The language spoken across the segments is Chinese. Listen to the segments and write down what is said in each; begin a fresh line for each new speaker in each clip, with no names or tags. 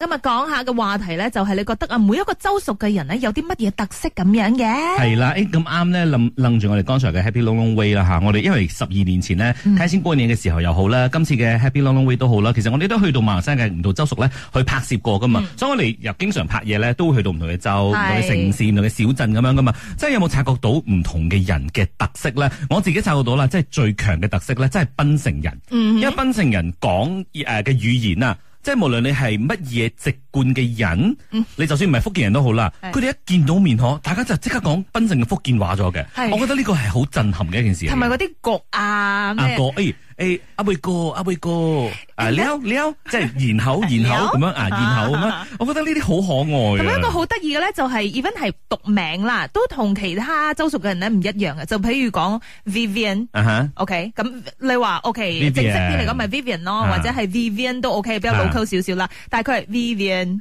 今日講下嘅話題咧，就係你覺得啊，每一個州屬嘅人咧，有啲乜嘢特色咁樣嘅？
係啦，誒咁啱咧，楞楞住我哋剛才嘅 Happy Long Long Way 啦嚇，我哋因為十二年前呢，睇先過年嘅時候又好啦，今次嘅 Happy Long Long Way 都好啦，其實我哋都去到馬來西亞嘅唔同州屬咧去拍攝過噶嘛，所以我哋又經常拍嘢咧，都會去到唔同嘅州、唔同嘅城市、唔同嘅小鎮咁樣噶嘛，即係有冇察覺到唔同嘅人嘅特色咧？我自己察覺到啦，即係最強嘅特色咧，即係檳城人，
嗯
因為檳城人講誒嘅語言啊。即係無論你係乜嘢籍貫嘅人，你就算唔係福建人都好啦，
嗯係
佢哋一見到面可，大家就即刻講檳城嘅福建話咗
係
嘅。我覺得呢個係好震撼嘅一件事嚟嘅。
同埋嗰啲局啊
阿
咩
哥，？誒誒，阿貝哥，阿貝哥，啊撩撩，即係然 後
撩
然後咁樣啊，然後咁樣，我覺得呢啲好可
咁
愛
樣一個
啊。
好得意嘅咧，就係 even 係讀名啦，都同其他州屬嘅人咧唔一樣嘅。就譬如講 Vivian。
啊哈
OK，咁你話 OK
Vivian
正式啲嚟講咪 Vivian 咯，
啊
或者係 Vivian 都 OK，比較
啊
local 少少啦。但係佢係 Vivian，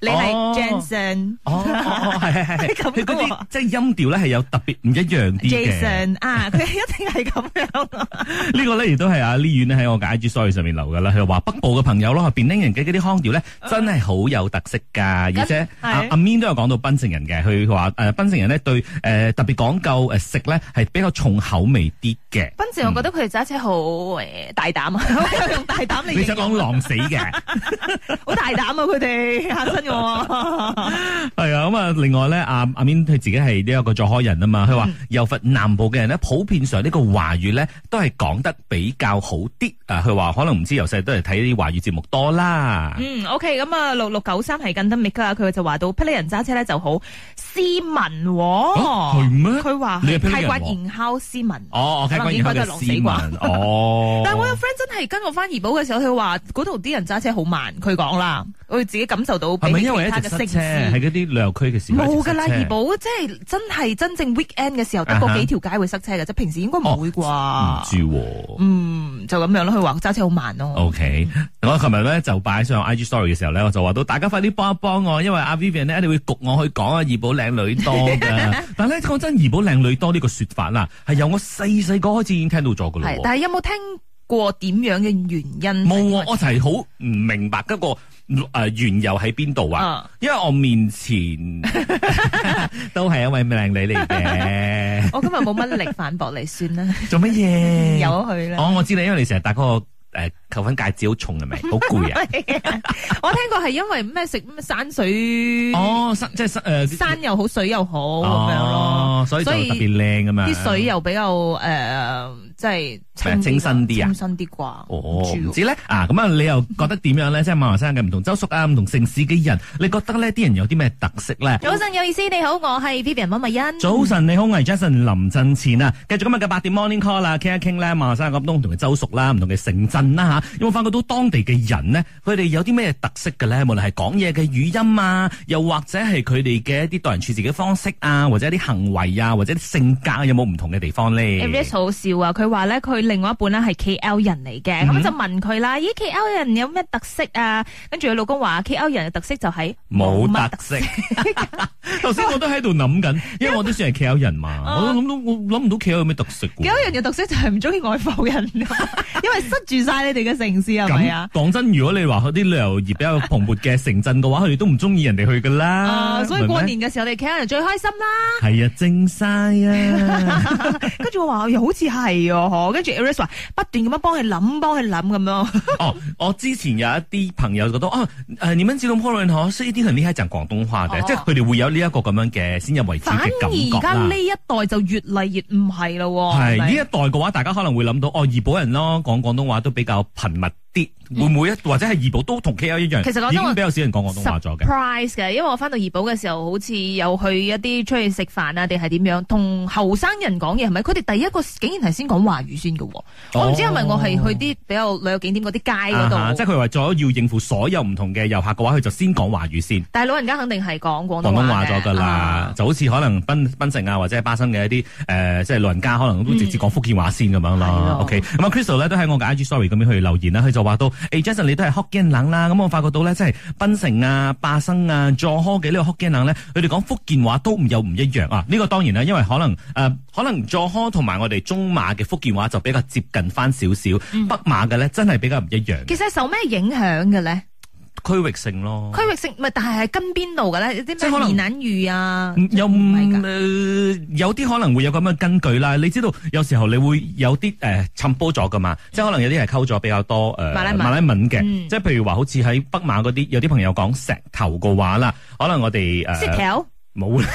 你係
哦
Jensen。
哦，哦哦係係係，係
咁
佢嗰
嘅喎
啲即係音調咧係有特別唔一樣啲嘅。
Jason 啊，佢一定係咁樣啊。
呢個咧亦都係阿 Lee 遠咧喺我嘅 IG story 上面留噶啦，佢話北部嘅朋友咯，入邊拎人嘅嗰啲腔調咧，真係好有特色㗎，而且阿
係
阿 Min 都有講到檳城人嘅，佢話誒檳城人咧對誒、呃特別講究誒食咧係比較重口味啲嘅。
斌姐，我覺得佢哋揸車好誒大膽啊， 用大膽嚟
你
形
想
容，
講狼死嘅？
好大膽啊！佢哋嚇親 我。
係啊，咁啊，另外咧，阿阿 Min 佢自己係呢一個佐科人啊嘛，佢話柔佛南部嘅人咧，普遍上呢個華語咧都係講得比較好啲。啊，佢話可能唔知由細都係睇啲華語節目多啦。
嗯，OK，咁啊，六六九三係近得密噶，佢就話到霹靂人揸車咧就好斯文
啊係
喎。
咩
佢話
你係霹靂
泰
人
國
喎
然烤斯文。
哦，我睇關於佢嘅市民哦。
但係我有 friend 真係跟我翻怡保嘅時候，佢話嗰度啲人揸車好慢，佢講啦，我自己感受到
係
比
咪
起
因為
其
一
他
直
嘅
塞
城
車喺
市。
嗰啲旅遊區嘅時候一直
冇噶
塞
啦，
車
怡保即係真係真正 weekend 嘅時候，得
啊哈哦
嗰幾條街會塞車嘅啫，平時應該唔會啩。
唔知喎。
嗯，就咁樣咯。佢話揸車好慢咯。
O K，我琴日咧就擺上 I G Story 嘅時候咧，我就話到大家快啲幫一幫我，因為阿 Vivian 咧一定會焗我去講啊，怡保靚女 多㗎。但係咧講真，怡保靚女多呢個說法啦，係由我細細個開始已經聽到咗噶啦
係，
喎。
但係有冇聽過點樣嘅原因？
冇啊喎，我就係好唔明白嗰個誒緣由喺邊度啊？
啊！
因為我面 前都係一位靚女嚟嘅，
我今日冇乜力反駁你，算啦，
做乜
由
嘢？
佢啦。
哦，我知你，因為你成日戴嗰個誒求婚戒指好重 係咪？好攰啊！
我聽過係因為咩食咩山水，
哦，山即係山誒
山又好，水又好咁樣咯
哦，所以就
所以
特別靚咁嘛。
啲水又比較誒，即係清
清新啲啊
清新啲啩。
哦，
唔
唔
知
知咧啊，咁啊，你又覺得點樣咧？即係馬來西亞嘅唔同 州屬啊，唔同城市嘅人，你覺得呢啲人有啲咩特色咧？
早晨有意思，你好，我係 Vivian 温慧欣。
早晨，你好，我係 Jason 林振前啊，繼續今日嘅八點 Morning Call 啦，傾一傾咧馬來西亞咁多唔同嘅州屬啦，唔同嘅城鎮啦嚇，有冇發覺到當地嘅人呢？佢哋有啲咩特色嘅咧？無論係講嘢嘅語音啊，又或者係佢哋嘅一啲待人處事嘅方式啊，或者一啲行為啊，或者啲性格啊，有冇唔同嘅地方咧？
Aries 好笑啊！佢話咧，佢另外一半咧係 KL 人嚟嘅，
嗯
咁、就問佢啦，咦 KL 人有咩特色啊？跟住佢老公話 KL 人嘅特色就係
冇
乜
特色。 頭先我都喺度諗緊，因為我都算係 KL 人嘛，
啊
我都諗到我諗唔到 KL 有咩特色喎。
KL 人嘅特色就係唔中意外埠人，因為塞住晒你哋嘅城市係咪啊
咁？講真，如果你話嗰啲旅遊業比較蓬勃嘅城鎮嘅話，佢哋都唔中意人哋去噶啦
啊，。所以
明唔明
過年嘅時候，你 KL 人最開心啦。
係啊，正晒啊！
跟住我話又好似係哦，嗬跟住 Aries 話不斷咁樣幫佢諗，幫佢諗咁樣。
哦，我之前有一啲朋友覺得哦，誒你們自動 p o 可識一啲人呢係講廣東話嘅，
哦
即係佢哋會有呢一個咁樣嘅先入為主
反而
嘅感
而
覺
家
啦
呢。一代就越嚟越唔係咯喎。
係
咪
呢一代嘅話，大家可能會諗到哦，怡保人咯，講廣東話都比較頻密啲，會唔會一或者係怡保都同 KL 一樣，
嗯其實講真
已經
我
比較少人講廣東話咗嘅。
surprise 嘅，因為我翻到怡保嘅時候，好似有去一啲出去食飯啊，定係點樣，同後生人講嘢，係咪？佢哋第一個竟然係先講華語先嘅
哦
喎，我唔知係咪我係去啲比較旅遊景點嗰啲街嗰
啊
度，
哈即係佢話，咗要應付所有唔同嘅遊客嘅話，佢就先講華語先，
但係老人家肯定係講廣
廣東話
話
咗㗎
㗎啊
啦。。就好似可能檳檳城啊，或者係巴生嘅一啲誒、呃即係老人家可能都直接講福建話先咁樣
係
啦
咯。嗯
OK，咁啊 Crystal 咧都喺我嘅 IG Story 咁樣去留言啦，佢就話到，誒、Jason 你都係 Hokkien 冷啦，咁我發覺到咧，即係檳城啊、巴生啊、佐科嘅呢個 Hokkien 冷咧，佢哋講福建話都唔有唔一樣啊。呢、個當然啦，因為可能
嗯
誒、呃可能佐科同埋我哋中馬嘅福建話就比較接近翻少少，北馬嘅咧真係比較唔一樣嘅。
其實係受咩影響嘅咧？
區域性咯。
區域性唔係，但係係跟邊度嘅咧？有
即係
啲
可
咩
能嗯
疑難遇啊？
有
唔係㗎
誒有啲可能會有咁嘅根據啦。你知道有時候你會有啲誒襯煲咗噶嘛，即係可能有啲係溝咗比較多誒、呃、
嗯馬拉文
文嘅，
嗯
即係譬如話好似喺北馬嗰啲有啲朋友講石頭嘅話啦，可能我哋誒。
石 條
冇啦，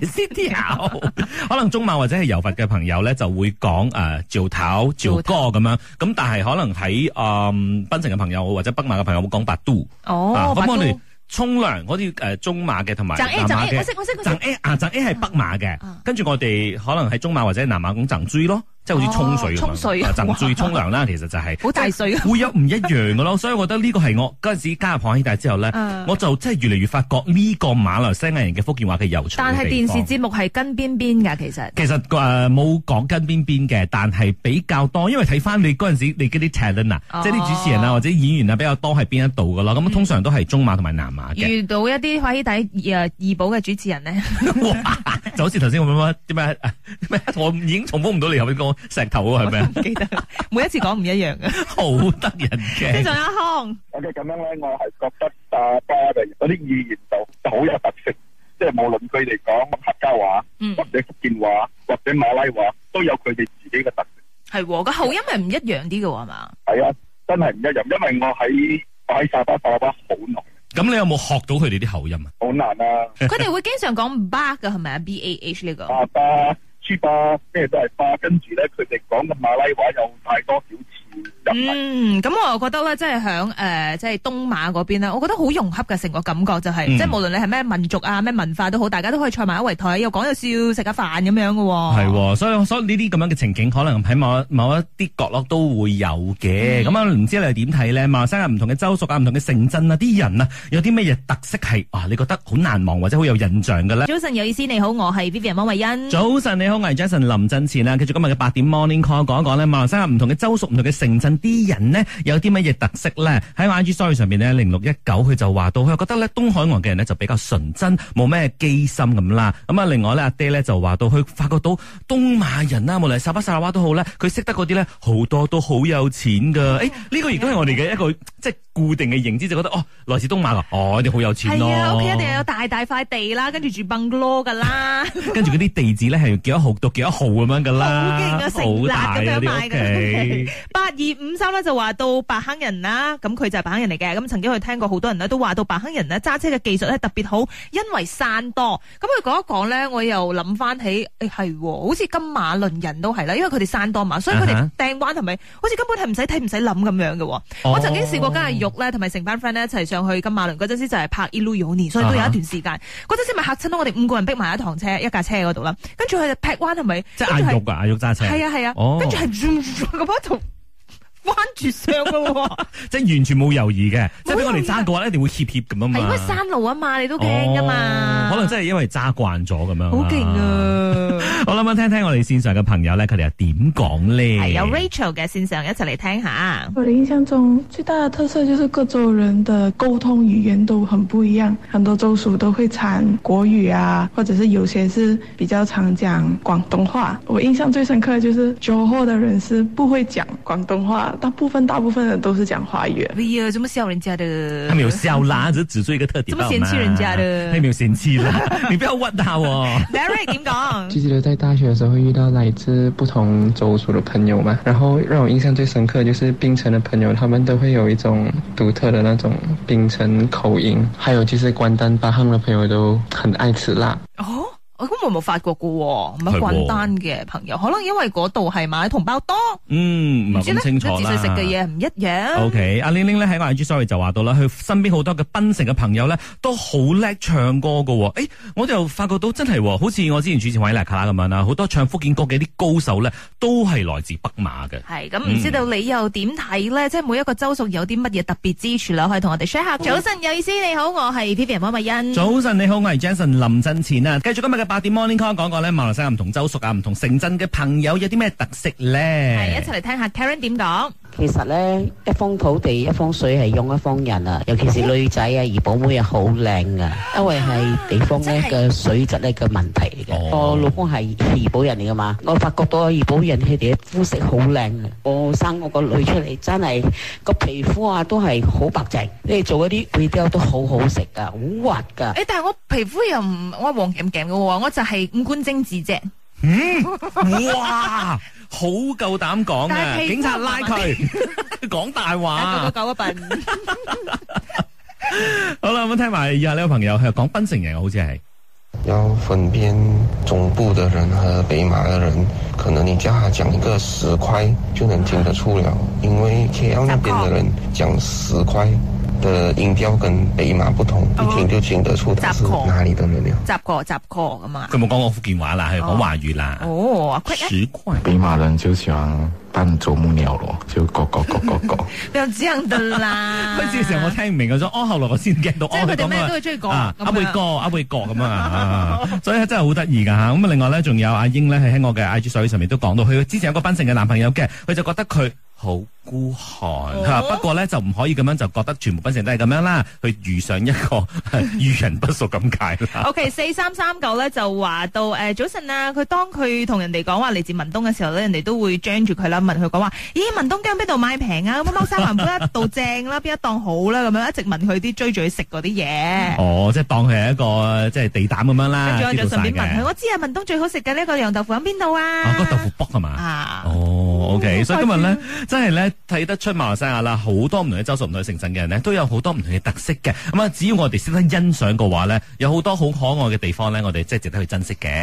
咩石 條？
可能中馬或者係柔佛嘅朋友咧就會講誒趙頭趙哥咁樣，咁但係可能喺誒、呃、檳城嘅朋友或者北馬嘅朋友會講白都，啊
哦，
咁我
白
哋
都
沖涼嗰啲誒中馬嘅同埋
贈
南
A 贈
馬
A，
嘅
我。識我識我
贈
識。
A 啊，贈 A 係北馬嘅
啊，
跟住我哋可能喺中馬或者南馬咁贈豬咯，即係好似沖水咁樣
哦沖水
啊贈
哇
豬沖涼啦，其實就 係
好大水啊
會有唔一樣嘅咯，所以我覺得呢個係我嗰陣時加入行兄弟之後咧
啊，
我就真係越嚟越發覺呢個馬來西亞人嘅福建話嘅有趣嘅地
但
方。
係電視節目係跟邊邊㗎，其實。
其實誒冇講跟邊邊嘅，但係比較多，因為睇翻你嗰陣時你嗰啲 talent 啊，
哦嗯
即係啲主持人啊或者演員啊比較多係邊一度嘅咯，咁通常都係中馬同埋南馬嘅。
遇到一啲快啲底誒呃怡寶嘅主持 人咧，
哇！就好似頭先咁樣，點解啊咩？我已經重複唔到你後面個石頭啊，係咪啊？
記得每一次講唔一樣嘅。
好得人
即係
驚
仲有阿康，
OK，咁樣咧，我係覺得大巴嘅嗰啲語言就好有特色，即係無論佢哋講客家話、
嗯
或，者福建話、或者馬拉話，都有佢哋自己嘅特色。
係喎，個口音係唔一樣啲嘅喎，係 嘛？
係啊，真係唔一樣，因為我喺喺沙巴沙巴好耐，
咁你有冇學到佢哋啲口音啊？
好難啊！
佢哋會經常講 bar 嘅係咪啊？B A H 呢個
哦
沙巴、珠巴咩都係巴，跟住咧佢哋講嘅馬拉話有太多小字入埋。
嗯，咁我又覺得咧，即係響誒，即係東馬嗰邊咧，我覺得好融洽嘅成個感覺就係、
嗯
即係無論你係咩民族啊、咩文化都好，大家都可以坐埋一圍台，又講又笑，食下飯咁樣嘅喎。
係喎，所以所以呢啲咁樣嘅情景，可能喺某某一啲角落都會有嘅。咁啊，唔知你又點睇咧？馬來西亞唔同嘅州屬啊，唔同嘅城鎮啊，啲人啊，有啲咩嘢特色係啊？你覺得好難忘或者好有印象嘅咧？
早晨有意思，你好，我係 Vivian 汪慧欣。
早晨，你好，我係 Jason 林振前啊啦。繼續今日嘅八點 Morning Call 講一講咧，馬來西亞唔同嘅州屬、唔同嘅城鎮啲人呢，有啲乜嘢特色咧？喺我 IG Story 上面呢，零六一九佢就話到，佢覺得咧東海岸嘅人呢就比較純真，冇咩機心咁啦。咁啊，另外咧阿爹咧就話到，佢發覺到東馬人啦，啊無論係沙巴、砂拉哇都好咧，佢識得嗰啲咧好多都好有錢噶。誒，哎呢個亦都係我哋嘅一個即係固定嘅認知，就覺得哦，來自東馬噶，哦，你好有錢
係
咯。
啊，屋企一定有大大塊地啦，跟住住 bungalow 噶啦。
跟住嗰啲地址咧係幾多號到幾多號咁樣噶啦，
好勁啊成辣咁樣
好大啊
賣
啲屋企
㗎八二五三咧就話到白坑人啦，咁佢就係白坑人嚟嘅。咁曾經佢聽過好多人咧都話到白坑人咧揸車嘅技術咧特別好，因為山多。咁佢講一講咧，我又諗翻起，誒係喎，好似金馬倫人都係啦，因為佢哋山多嘛，所以佢
啊
哋掟彎係咪好似根本係唔使睇唔使諗咁樣嘅喎。
哦
我曾經試過今日玉咧，同埋成班 friend 咧一齊上去金馬倫嗰陣時就係拍 Illusioni，所以都有一段時間。嗰陣時咪嚇親到我哋五個人逼埋一堂車一架車嗰度啦，跟住佢就劈彎係咪？
即係
跟住
阿
係
玉啊，阿玉揸車，
係啊係啊，
哦
跟住係 zoom zoom 咁樣同彎住上噶喎，
即係完全冇猶豫嘅，即係俾
冇
我哋
猶豫
揸嘅話咧，一定會怯怯咁啊嘛。
係因為山路啊嘛，你都驚噶嘛，
哦可能真係因為揸慣咗咁樣啦。
好勁啊！
好啦！我諗諗聽聽我哋線上嘅朋友咧，佢哋係點講咧？
係有 Rachel 嘅線上一齊嚟聽下，
我的印象中最大的特色就是各州人的沟通语言都很不一样，很多州属都会掺国语啊，或者是有些是比较常讲广东话。我印象最深刻的就是酒后的人是不会讲广东话，大部分大部分人都是讲华语。
哎呀，做乜笑人家的
他？没有笑啦，只只做一個特點啊
這麼啊嫌棄人家 的
你沒有嫌棄 啦，你不要屈他喎。
Derek 點講？
就记得在大学的时候会遇到来自不同州属的朋友嘛，然后让我印象最深刻的就是槟城的朋友，他们都会有一种独特的那种槟城口音，还有就是关丹巴汉的朋友都很爱吃辣。
哦。我咁我冇發覺嘅喎，唔係
係喎
滾單嘅朋友，可能因為嗰度係買同胞多，
嗯，唔
唔
係
知咧自
咁清楚啦。
細食嘅嘢唔一樣。
O K，阿玲玲咧喺個 IG story 就話到啦，佢身邊好多嘅檳城嘅朋友咧都好叻唱歌噶、喎。誒，我就發覺到真係、喎，好似我之前主持位嚟卡拉咁樣啦，好多唱福建歌嘅啲高手咧都係來自北馬嘅。
係咁，唔知道你又點睇咧？即係每一個州屬有啲乜嘢特別之處啦，可以同我哋 share 下。早晨有意思，你好，我係 Vivian 汪慧欣。
嗯早晨，你好，我係 Jason 林振前啊。繼續今日嘅八點 Morning Call 講過咧，馬來西亞唔同州屬啊、唔同城鎮嘅朋友有啲咩特色
係
咧？
一齊嚟聽下 Karen 點講。
其實呢，一方土地一方水係用一方人啊，尤其是女仔啊、怡保妹啊，好靚噶，因為係地方呢嘅水質呢嘅問題嚟嘅。
哦
我老公係怡保人嚟噶嘛，我發覺到啊怡保人佢哋嘅膚色好靚嘅，我生我個女出嚟真係個皮膚啊都係好白淨，你哋做嗰啲貝雕都好好食噶，好滑噶。
诶，但系我皮膚又唔，我黃钳钳嘅喎，我就係五官精緻啫。
哇，好夠膽講啊！
但係
警察拉佢，講 大話。
九九一笨。
好啦，咁聽埋以下呢個朋友係講檳城人嘅，好似係。
要分辨中部的人和北马的人，可能你叫他讲一个十块就能听得出了，因为 KL 那边的人讲十块的音调跟北马不同，一听就听得出他是哪里的人了。
集過集過咁啊。
佢冇講我福建話啦，係講華語啦。
哦，阿 Quick 咧，
十塊。
北马人就喜欢扮啄木鸟咯，就咯咯咯咯咯。
又这样的 啦。
開始嘅時候我聽唔明嗰種，哦，後來我先 get 到，
即係
哦
佢哋
咁
咩
啊
都會中意講
啊
咁
阿貝
樣
哥，阿貝哥咁啊啊，所以真係好得意噶嚇。咁啊，另外咧仲有阿英咧，係喺我嘅 IG 手機上面都講到，佢之前有個檳城嘅男朋友嘅，佢就覺得佢。好孤寒
哦
嚇，不過咧就唔可以咁樣就覺得全部檳城都係咁樣啦，佢遇上一個啊 遇人不淑咁解 啦。
O K 四三三九咧就話到诶、呃早晨啊，佢當佢同人哋講話嚟自文東嘅時候咧，人哋都會張住佢啦，問佢講話，咦文東姜邊度買平啊？咁啊，貓山環邊一度正啦，邊一 檔好啦，咁樣一直問佢啲追住佢食嗰啲嘢。
哦，即係當佢係一個即係地膽咁樣啦，
跟住我
知
就
道
順
晒
便問佢，
嘅。
我知啊，文東最好食嘅呢個羊豆腐喺邊度
哦，嗰個豆
啊？
腐卜係嘛？
啊，
哦，OK，
嗯
所以今日咧，真係咧睇得出馬來西亞啦，好多唔同嘅州屬、唔同嘅城鎮嘅人咧，都有好多唔同嘅特色嘅。咁啊，只要我哋識得欣賞嘅話咧，有好多好可愛嘅地方咧，我哋即係值得去珍惜嘅。